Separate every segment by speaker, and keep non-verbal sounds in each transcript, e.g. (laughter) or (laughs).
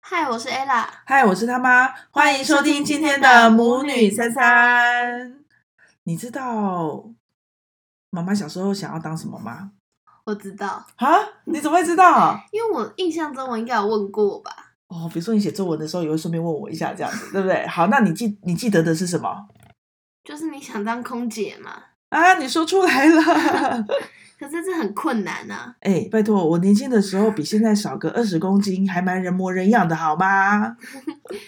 Speaker 1: 嗨，我是 Ella。
Speaker 2: 嗨，我是他妈，欢迎收听今天的母女三三。你知道妈妈小时候想要当什么吗？
Speaker 1: 我知道，
Speaker 2: 啊，你怎么会知道？
Speaker 1: 因为我印象中我应该有问过吧？
Speaker 2: 哦，比如说你写作文的时候，也会顺便问我一下，这样子，对不对？好，那你记你记得的是什么
Speaker 1: 就是你想当空姐嘛，
Speaker 2: 啊？你说出来了。 (laughs)
Speaker 1: 可是这很困难啊。
Speaker 2: 哎，拜托，我年轻的时候比现在少个二十公斤，还蛮人模人样的，好吗？嗯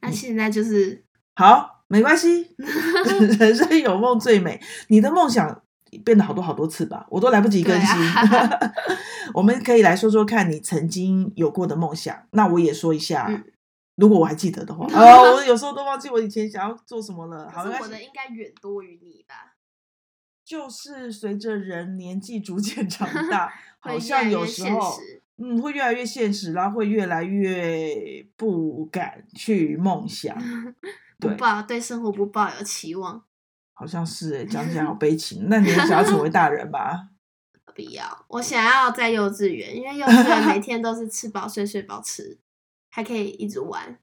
Speaker 1: 那现在就是
Speaker 2: 好，没关系， (laughs) 人生有梦最美。你的梦想变得好多好多次吧，我都来不及更新。
Speaker 1: 对啊
Speaker 2: (laughs) 我们可以来说说看你曾经有过的梦想。那我也说一下，
Speaker 1: 嗯
Speaker 2: 如果我还记得
Speaker 1: (laughs)
Speaker 2: 的话。哦，我有时候都忘记我以前想要做什么了。好，
Speaker 1: 可
Speaker 2: 没
Speaker 1: 是
Speaker 2: 关
Speaker 1: 我
Speaker 2: 系
Speaker 1: 的应该远多于你吧？
Speaker 2: 就是随着人年纪逐渐长
Speaker 1: (laughs)
Speaker 2: 大，
Speaker 1: 会
Speaker 2: 好
Speaker 1: 越来
Speaker 2: 像
Speaker 1: 越
Speaker 2: 有时
Speaker 1: 现
Speaker 2: 候
Speaker 1: 实。
Speaker 2: 嗯，会越来越现实，然后会越来越不敢去
Speaker 1: (laughs)
Speaker 2: 梦想。
Speaker 1: 不
Speaker 2: 对，
Speaker 1: 抱对生活不抱有期望，
Speaker 2: 好像是哎、讲起来好悲情。那你也想要成为大人吧？
Speaker 1: 不要。我想要在幼稚园，因为幼稚园
Speaker 2: (laughs)
Speaker 1: 每天都是吃饱睡，睡饱吃，还可以一直玩。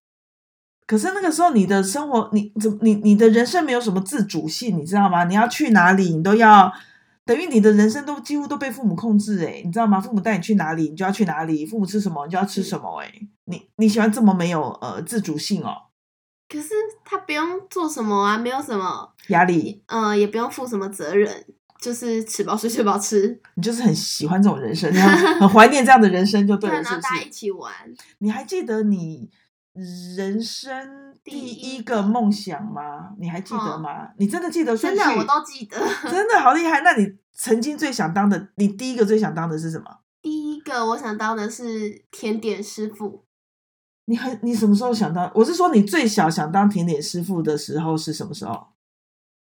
Speaker 2: 可是那个时候，你的生活，你怎么，你你的人生没有什么自主性，你知道吗？你要去哪里，你都要，等于你的人生都几乎都被父母控制、欸，你知道吗？父母带你去哪里，你就要去哪里；父母吃什么，你就要吃什么、欸，你你喜欢这么没有呃自主性哦，
Speaker 1: 可是他不用做什么啊，没有什么
Speaker 2: 压力，
Speaker 1: 呃，也不用负什么责任，就是吃饱睡，睡饱吃，
Speaker 2: 你就是很喜欢这种人生， (laughs) 你很很怀念这样的人生，就对
Speaker 1: 啊
Speaker 2: 了，
Speaker 1: 然
Speaker 2: 是
Speaker 1: 后
Speaker 2: 不
Speaker 1: 大家一
Speaker 2: 是？
Speaker 1: 起玩。
Speaker 2: 你还记得你人生
Speaker 1: 第
Speaker 2: 第
Speaker 1: 一
Speaker 2: 一
Speaker 1: 个
Speaker 2: 个梦想吗？你还记得
Speaker 1: 嗯
Speaker 2: 吗？你真的记得顺
Speaker 1: 真
Speaker 2: 序？
Speaker 1: 的，我都记得。 (laughs)
Speaker 2: 真的好厉害！那你曾经最想当的，你第一个最想当的是什么？
Speaker 1: 第一个我想当的是甜点师傅，
Speaker 2: 你很你什么时候想当？我是说你最小想当甜点师傅的时候是什么时候？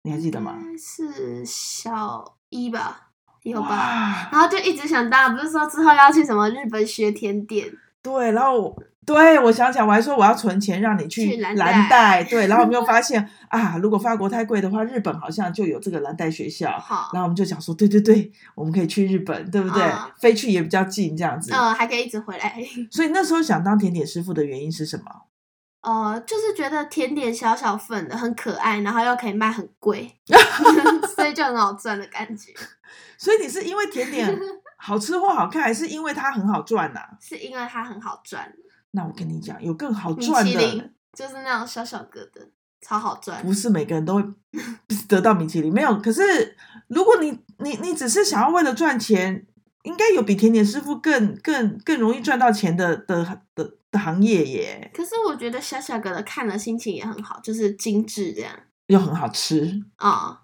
Speaker 2: 你还记得吗？
Speaker 1: 应该是小一吧，嗯有吧？
Speaker 2: 哇，
Speaker 1: 然后就一直想当，不是说之后要去什么日本学甜点，
Speaker 2: 对，然后我对我想起来，我还说我要存钱让你
Speaker 1: 去
Speaker 2: 去
Speaker 1: 蓝带
Speaker 2: 蓝带，对，然后我们
Speaker 1: (laughs)
Speaker 2: 又发现啊，如果法国太贵的话，日本好像就有这个蓝带学校。
Speaker 1: 好，
Speaker 2: 然后我们就想说，对对对，我们可以去日本，对不对？
Speaker 1: 嗯
Speaker 2: 飞去也比较近，这样子。
Speaker 1: 呃，还可以一直回来， (laughs)
Speaker 2: 所以那时候想当甜点师傅的原因是什么？
Speaker 1: 呃，就是觉得甜点小小份的很可爱，然后又可以卖很
Speaker 2: (laughs)
Speaker 1: 贵，所以就很好赚的感觉，
Speaker 2: 所以你是因为甜
Speaker 1: (laughs)
Speaker 2: 点好吃或好看，还是因为它很好赚呐、
Speaker 1: 是因为它很好赚，
Speaker 2: 那我跟你讲，有更好
Speaker 1: 米
Speaker 2: 赚
Speaker 1: 其
Speaker 2: 的
Speaker 1: 林，就是那种小小个的，超好赚。
Speaker 2: 不是每个人都会 (laughs) 得到米其林。没有，可是如果你你你只是想要为了赚钱，应该有比甜点师傅更更更容易赚到钱的的的的行业耶，
Speaker 1: 可是我觉得小小个的看了心情也很好，就是精致这样
Speaker 2: 又很好吃。
Speaker 1: 啊、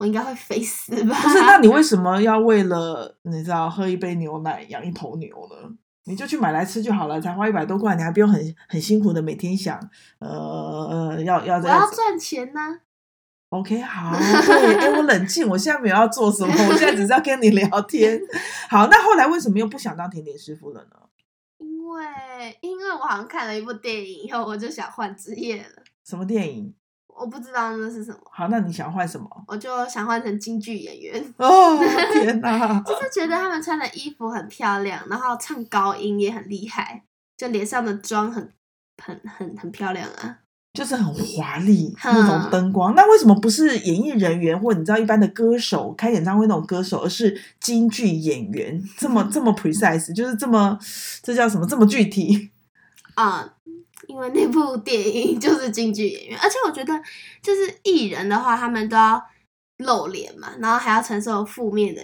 Speaker 1: 我应该会肥死吧？
Speaker 2: (laughs) 不是，那
Speaker 1: (laughs)
Speaker 2: 你为什么要为了你知道喝一杯牛奶养一头牛呢？你就去买来吃就好了，才花一百多块，你还不用很很辛苦的每天想，呃呃，要要
Speaker 1: 我
Speaker 2: 这样
Speaker 1: 要
Speaker 2: 子
Speaker 1: 赚钱呢、
Speaker 2: OK，好，对，哎、我冷静，我现在没有要做什么，我现在只是要跟你聊天。好，那后来为什么又不想当甜点师傅了呢？
Speaker 1: 因为因为我好像看了一部电影以后，我就想换职业了。
Speaker 2: 什么电影？
Speaker 1: 我不知道那是什么，
Speaker 2: 好，那你想换
Speaker 1: (laughs)
Speaker 2: 什么？
Speaker 1: 我就想换成京剧演员， (laughs)
Speaker 2: 哦，天哪！
Speaker 1: 就是觉得他们穿的衣服很漂亮，然后唱高音也很厉害，就脸上的妆很很很很漂亮啊。
Speaker 2: 就是很华丽
Speaker 1: 哼
Speaker 2: 那种灯光。那为什么不是演艺人员或你知道一般的歌手开演唱会那种歌手，而是京剧演员这
Speaker 1: (laughs)
Speaker 2: 么这么 precise，就是这么这叫什么这么具体？
Speaker 1: 啊、因为那部 (laughs) 电影就是京剧演员，而且我觉得就是艺人的话，他们都要露脸嘛，然后还要承受负面的，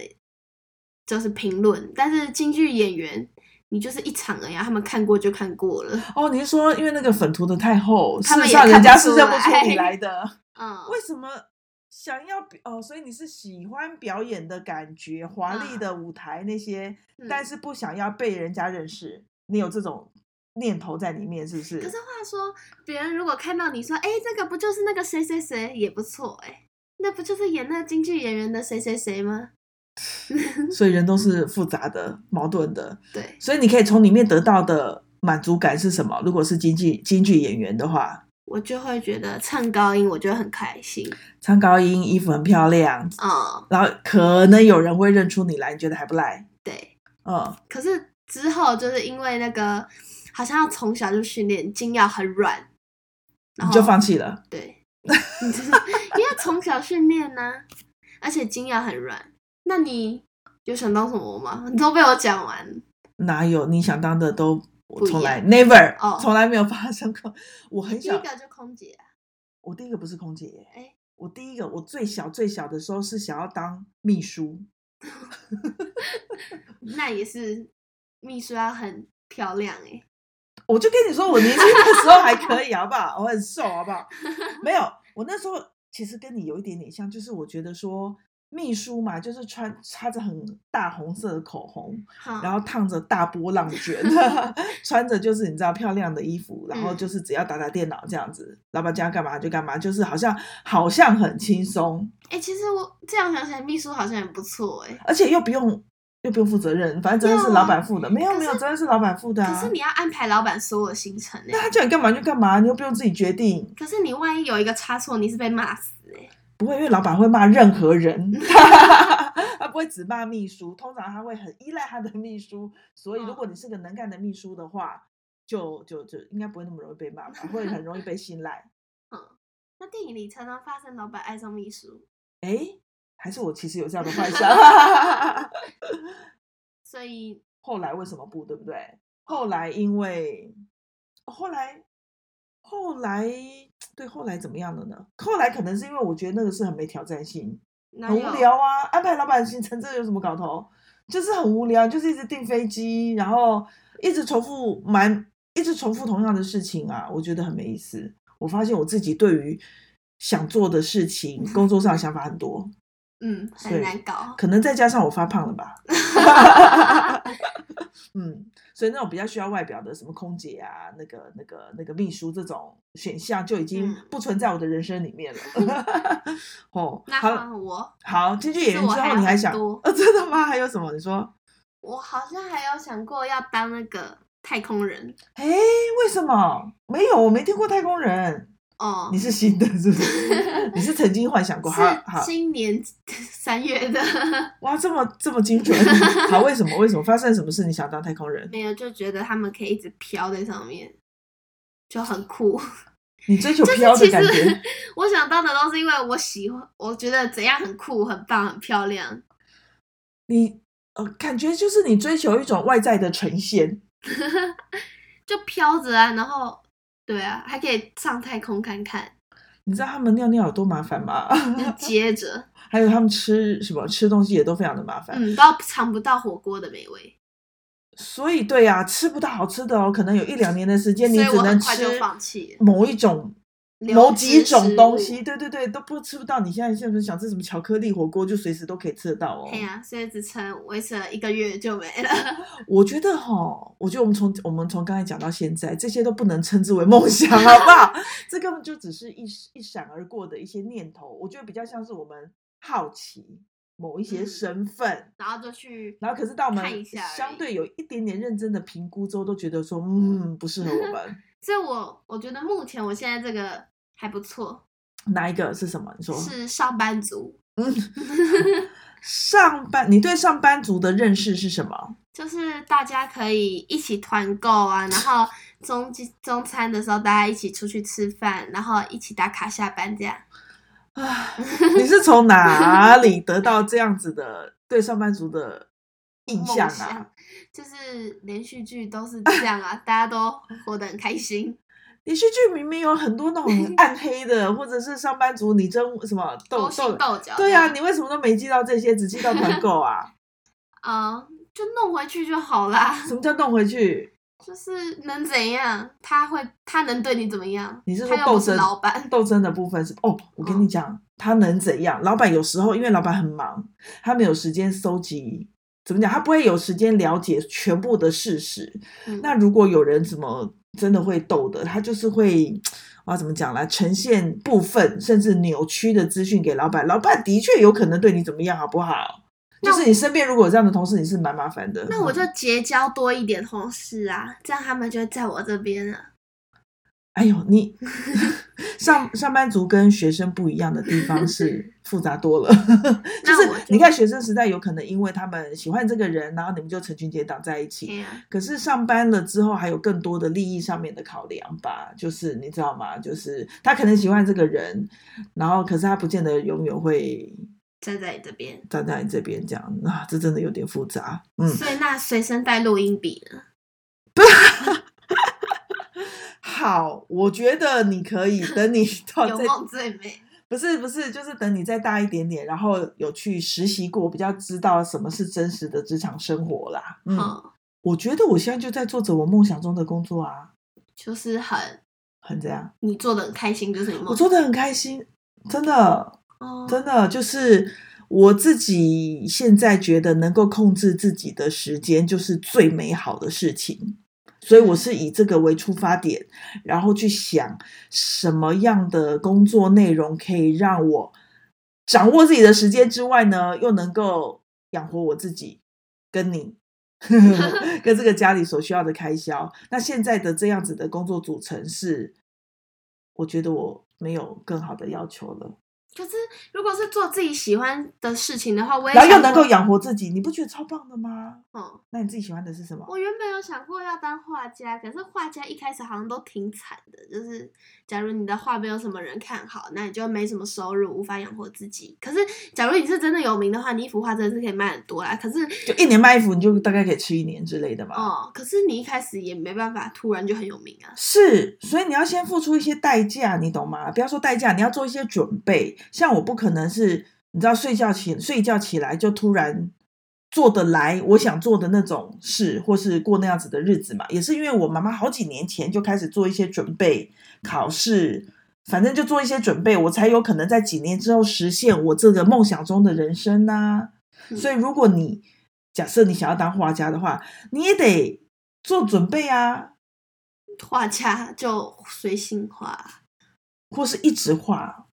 Speaker 1: 就是评论。但是京剧演员，你就是一场而已啊，他们看过就看过了。
Speaker 2: 哦，你是说因为那个粉涂的太厚，事
Speaker 1: 他们也
Speaker 2: 实上
Speaker 1: 看
Speaker 2: 人
Speaker 1: 不
Speaker 2: 家是
Speaker 1: 出
Speaker 2: 认不出
Speaker 1: 来
Speaker 2: 你来
Speaker 1: (laughs)
Speaker 2: 的？
Speaker 1: 嗯，
Speaker 2: 为什么想要表哦？所以你是喜欢表演的感觉，华丽
Speaker 1: 嗯
Speaker 2: 的舞台那些，
Speaker 1: 嗯
Speaker 2: 但是不想要被人家认识，你有这种念头在里面，是不是？
Speaker 1: 可是话说，别人如果看到你说，哎、这个不就是那个谁谁谁，也不错哎、那不就是演那个京剧演员的谁谁谁吗？
Speaker 2: 所以
Speaker 1: 嗯
Speaker 2: 人都是复杂的、矛盾的，
Speaker 1: 对，
Speaker 2: 所以你可以从里面得到的满足感是什么？如果是京剧京剧演员的话，
Speaker 1: 我就会觉得唱高音，我就会很开心。
Speaker 2: 唱高音，衣服很漂亮，
Speaker 1: 嗯，
Speaker 2: 然后可能有人会认出你来，你觉得还不赖，
Speaker 1: 对。
Speaker 2: 嗯，
Speaker 1: 可是之后就是因为那个好像要从小就训练筋要很软，然
Speaker 2: 你
Speaker 1: 后
Speaker 2: 就放弃了。
Speaker 1: 对，你就是 (laughs) 因为从小训练呢、而且筋要很软。那你有想当什么吗？ (laughs) 你都被我讲完，
Speaker 2: 哪有你想当的都
Speaker 1: 不
Speaker 2: 我
Speaker 1: 一
Speaker 2: 从来
Speaker 1: 样
Speaker 2: never、
Speaker 1: 哦
Speaker 2: 从来没有发生过。我很
Speaker 1: 第一
Speaker 2: 小，
Speaker 1: 个就空姐啊、
Speaker 2: 我第一个不是空姐耶，
Speaker 1: 哎
Speaker 2: 我第一个我最小最小的时候是想要当秘书，
Speaker 1: 那也是秘书要很漂亮哎、
Speaker 2: 我就跟你说我年轻的时候还可以，好不好？我很瘦，好不好？没有，我那时候其实跟你有一点点像，就是我觉得说秘书嘛，就是穿擦着很大红色的口红，
Speaker 1: 好，
Speaker 2: 然后烫着大波浪卷， (laughs) 穿着就是你知道漂亮的衣服，然后
Speaker 1: 嗯
Speaker 2: 就是只要打打电脑这样子，老板叫他干嘛就干嘛，就是好像好像很轻松，
Speaker 1: 哎、其实我这样想起来，秘书好像也不错哎、
Speaker 2: 而且又不用又不用负责任，反正责任是
Speaker 1: 没有啊
Speaker 2: 老板付的，没有
Speaker 1: 可
Speaker 2: 没有
Speaker 1: 是
Speaker 2: 责任是老板付的
Speaker 1: 可
Speaker 2: 啊
Speaker 1: 是。你要安排老板所有的行程哎、
Speaker 2: 那他叫你干嘛就干嘛，你又不用自己决定，
Speaker 1: 可是你万一有一个差错，你是被骂死哎、
Speaker 2: 不会，因为老板会骂任何人，他不会只骂秘书，通常他会很依赖他的秘书，所以如果你是个能干的秘书的话，就就就应该不会那么容易被骂吧，会很容易被信赖。
Speaker 1: 嗯那电影里常常发生老板爱上秘书，
Speaker 2: 诶，还是我其实有这样的幻想。
Speaker 1: 所以
Speaker 2: 后来为什么不对不对？后来因为后来后来对后来怎么样了呢？后来可能是因为我觉得那个是很没挑战性，
Speaker 1: 哪
Speaker 2: 很
Speaker 1: 有
Speaker 2: 无聊啊！安排老板的行程这有什么搞头？就是很无聊，就是一直订飞机，然后一直重复蛮一直重复同样的事情啊，我觉得很没意思。我发现我自己对于想做的事情，工作上的想法很多，
Speaker 1: 嗯
Speaker 2: 所以
Speaker 1: 很难搞。
Speaker 2: 可能再加上我发胖
Speaker 1: (laughs)
Speaker 2: 了吧，嗯，所以那种比较需要外表的，什么空姐啊，那个那个那个秘书这种选项就已经
Speaker 1: 嗯
Speaker 2: 不存在我的人生里面了。 (laughs) 哦，
Speaker 1: 那
Speaker 2: 好了，
Speaker 1: 换我，
Speaker 2: 好，进去
Speaker 1: 是
Speaker 2: 演员之
Speaker 1: 我还
Speaker 2: 后
Speaker 1: 有
Speaker 2: 你还
Speaker 1: 很
Speaker 2: 想，
Speaker 1: 多
Speaker 2: 呃，真的吗？还有什么？你说，
Speaker 1: 我好像还有想过要当那个太空人
Speaker 2: 哎，为什么没有？我没听过太空人，
Speaker 1: 哦
Speaker 2: 你，是新的，是不是？ (laughs) 你是曾经幻想过？好好
Speaker 1: 是，今年 (laughs) 三月的， (laughs)
Speaker 2: 哇，这么这么精准。好，为什么？为什么发生什么事？你想当太空人？
Speaker 1: 没有就觉得他们可以一直飘在上面，就很酷。 (laughs)
Speaker 2: 你追求
Speaker 1: 就是
Speaker 2: 飘的
Speaker 1: 其
Speaker 2: 感
Speaker 1: 实
Speaker 2: 觉？
Speaker 1: 我想当的都是因为我喜欢，我觉得怎样很酷、很棒、很漂亮。
Speaker 2: 你呃，感觉就是你追求一种外在的呈现。
Speaker 1: 就飘着啊，然后对啊，还可以上太空看看，
Speaker 2: 你知道他们尿尿有多麻烦吗？ (laughs)
Speaker 1: 就接着，
Speaker 2: 还有他们吃什么吃东西也都非常的麻烦。
Speaker 1: 嗯，都尝不到火锅的美味，
Speaker 2: 所以对呀、吃不到好吃的哦，可能有一两年的时间你
Speaker 1: 所以
Speaker 2: 只
Speaker 1: 我
Speaker 2: 能
Speaker 1: 很
Speaker 2: 吃
Speaker 1: 快就放弃了。
Speaker 2: 某一种。
Speaker 1: 流
Speaker 2: 某
Speaker 1: 质
Speaker 2: 几
Speaker 1: 食
Speaker 2: 种
Speaker 1: 物
Speaker 2: 东西，对对对，都不吃不到。你现在现在想吃什么巧克力火锅，就随时都可以吃得到哦。
Speaker 1: 哎呀、所以只撑维持了一个月就没了。 (laughs)
Speaker 2: 我觉得哈，我觉得我们从我们从刚才讲到现在，这些都不能称之为梦想，好不
Speaker 1: (laughs)
Speaker 2: 好？这根本就只是一时一闪而过的一些念头。我觉得比较像是我们好奇某一些
Speaker 1: 嗯
Speaker 2: 身份，
Speaker 1: 然后就去，
Speaker 2: 然后可是到我们
Speaker 1: 看一下而
Speaker 2: 相
Speaker 1: 已
Speaker 2: 对有一点点认真的评估之后，都觉
Speaker 1: (laughs)
Speaker 2: 得说，嗯，不适合我们。
Speaker 1: 所以我我觉得目前我现在这个还不错，
Speaker 2: 哪一个是什么？你说
Speaker 1: 是上班族，
Speaker 2: 上班，你对上班族的认识是什么？
Speaker 1: 就是大家可以一起团购啊，然后中中餐的时候大家一起出去吃饭，然后一起打卡下班这样。
Speaker 2: 唉你是从哪里得到这样子的对上班族的印
Speaker 1: 梦
Speaker 2: 象啊
Speaker 1: 想？就是连续剧都是这样啊，大 (laughs) 家都活得很开心，
Speaker 2: 连续剧明明有很多那种很暗黑的，或者是上班族你争什么斗
Speaker 1: 勾心
Speaker 2: 斗，
Speaker 1: 斗角。
Speaker 2: 对呀、啊，，你为什么都没记到这些，只记到团购啊？
Speaker 1: 啊、就弄回去就好啦。
Speaker 2: 什么叫弄回去？
Speaker 1: 就是能怎样？他会，他能对你怎么样？
Speaker 2: 你是说
Speaker 1: 他又
Speaker 2: 斗
Speaker 1: 不是
Speaker 2: 争
Speaker 1: 老板？
Speaker 2: 斗争的部分是哦，我跟
Speaker 1: 嗯
Speaker 2: 你讲，他能怎样？老板有时候因为老板很忙，他没有时间搜集，怎么讲？他不会有时间了解全部的事实，
Speaker 1: 嗯
Speaker 2: 那如果有人怎么真的会斗的，他就是会，我要怎么讲来呈现部分甚至扭曲的资讯给老板，老板的确有可能对你怎么样，好不好？就
Speaker 1: 那
Speaker 2: 是你身边如果有这样的同事，你是蛮麻烦的。
Speaker 1: 那我就
Speaker 2: 嗯
Speaker 1: 结交多一点同事啊，这样他们就会在我这边了。
Speaker 2: 哎呦，
Speaker 1: (laughs)
Speaker 2: 你上上班族跟学生不一样的地方是
Speaker 1: (laughs)
Speaker 2: 复杂多了，就
Speaker 1: 那我
Speaker 2: 是
Speaker 1: 就
Speaker 2: 你看学生时代有可能因为他们喜欢这个人，然后你们就成群结党在一起。
Speaker 1: 对哎呀，
Speaker 2: 可是上班了之后，还有更多的利益上面的考量吧，就是你知道吗？就是他可能喜欢这个人，然后可是他不见得永远会
Speaker 1: 站在你这边。
Speaker 2: 站在你这边这样啊，这真的有点复杂。嗯，
Speaker 1: 所以那随身带录音笔呢？
Speaker 2: 好，我觉得你可以等你 (laughs) 到
Speaker 1: 有
Speaker 2: 再
Speaker 1: 梦最美。
Speaker 2: 不是不是，就是等你再大一点点，然后有去实习过，比较知道什么是真实的职场生活啦。嗯，
Speaker 1: 嗯，
Speaker 2: 我觉得我现在就在做着我梦想中的工作啊，
Speaker 1: 就是很
Speaker 2: 很这样，
Speaker 1: 你做的很开心，就是你梦
Speaker 2: 我做的很开心，真的。
Speaker 1: 哦，
Speaker 2: 真的就是我自己现在觉得能够控制自己的时间，就是最美好的事情。所以我是以这个为出发点，然后去想什么样的工作内容可以让我掌握自己的时间之外呢，又能够养活我自己，跟你。跟这个家里所需要的开销，那现在的这样子的工作组成是，我觉得我没有更好的要求了。
Speaker 1: 可是如果是做自己喜欢的事情的话，我也
Speaker 2: 然后又
Speaker 1: 想
Speaker 2: 能
Speaker 1: 过
Speaker 2: 够养活自己，你不觉得超棒的吗？
Speaker 1: 嗯，
Speaker 2: 那你自己喜欢的是什么？
Speaker 1: 我原本有想过要当画家，可是画家一开始好像都挺惨的，就是假如你的画没有什么人看好，那你就没什么收入，无法养活自己。可是假如你是真的有名的话，你一幅画真的是可以卖很多啦。可是
Speaker 2: 就一年卖一幅，你就大概可以吃一年之类的嘛。
Speaker 1: 哦、可是你一开始也没办法突然就很有名啊。
Speaker 2: 是，所以你要先付出一些代价，你懂吗？不要说代价，你要做一些准备。像我不可能是，你知道睡觉起睡一觉起来就突然做得来我想做的那种事，或是过那样子的日子嘛。也是因为我妈妈好几年前就开始做一些准备，考试，反正就做一些准备，我才有可能在几年之后实现我这个梦想中的人生呐、
Speaker 1: 嗯
Speaker 2: 所以，如果你假设你想要当画家的话，你也得做准备啊。
Speaker 1: 画家就随性画，
Speaker 2: 或是一直画，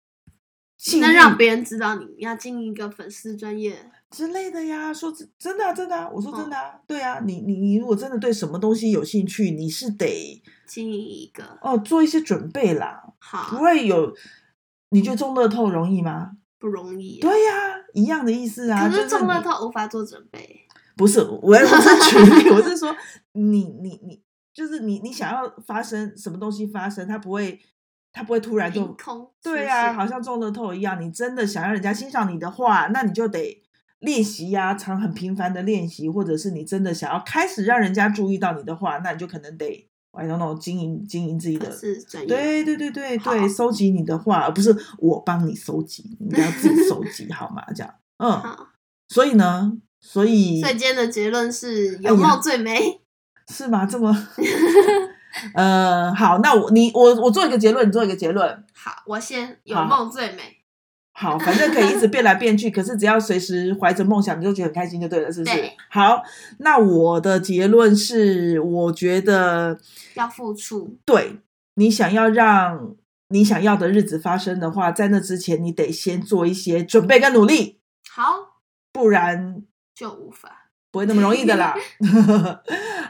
Speaker 2: 信
Speaker 1: 能
Speaker 2: 誉
Speaker 1: 让别人知道你要经营一个粉丝专业，
Speaker 2: 之类的呀。说真真的、啊、真的、啊，我说
Speaker 1: 嗯
Speaker 2: 真的、啊，对啊，你你你如果真的对什么东西有兴趣，你是得
Speaker 1: 经营一个
Speaker 2: 哦做一些准备啦，哦不
Speaker 1: 好
Speaker 2: 会有。你觉得中乐透容易吗？
Speaker 1: 不容易啊、
Speaker 2: 对呀、一样的意思啊。
Speaker 1: 可
Speaker 2: 就是
Speaker 1: 中乐
Speaker 2: 你
Speaker 1: 透无法做准备，
Speaker 2: 不是，我也不是举例，我是说你你你，就是你你想要发生什么东西发生，它不会它不会突然就
Speaker 1: 凭空
Speaker 2: 对
Speaker 1: 呀、
Speaker 2: 啊，好像中乐透一样，你真的想让人家欣赏你的话，那你就得练习呀、常很频繁的练习，或者是你真的想要开始让人家注意到你的话，那你就可能得，I don't know，经营经营自己的
Speaker 1: 粉。丝专业，
Speaker 2: 对对对对
Speaker 1: 好
Speaker 2: 对，收集你的话，而不是我帮你收集，你应该要自己
Speaker 1: (laughs)
Speaker 2: 收集好吗？这样，嗯，
Speaker 1: 好，
Speaker 2: 所以呢，所以
Speaker 1: 所以今天的结论是
Speaker 2: 哎
Speaker 1: 有
Speaker 2: 呀
Speaker 1: 梦最美。
Speaker 2: 是吗？
Speaker 1: (laughs)
Speaker 2: 这么，呃，好，那我你我我做一个结论，你做一个结论，
Speaker 1: 好，我先有
Speaker 2: 好好
Speaker 1: 梦最美，
Speaker 2: 好，反正可以一直变来变去，可是只要随时怀着梦想，你就觉得很开心就对了，是不是
Speaker 1: 对？
Speaker 2: 好，那我的结论是，我觉得
Speaker 1: 要付出，
Speaker 2: 对你想要让你想要的日子发生的话，在那之前你得先做一些准备跟努力，
Speaker 1: 好
Speaker 2: 不然
Speaker 1: 就无法。
Speaker 2: 不会那么容 (laughs) 易的啦。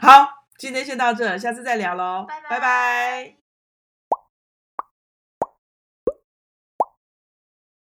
Speaker 2: 好，今天先到这，下次再聊喽，
Speaker 1: 拜拜
Speaker 2: 拜拜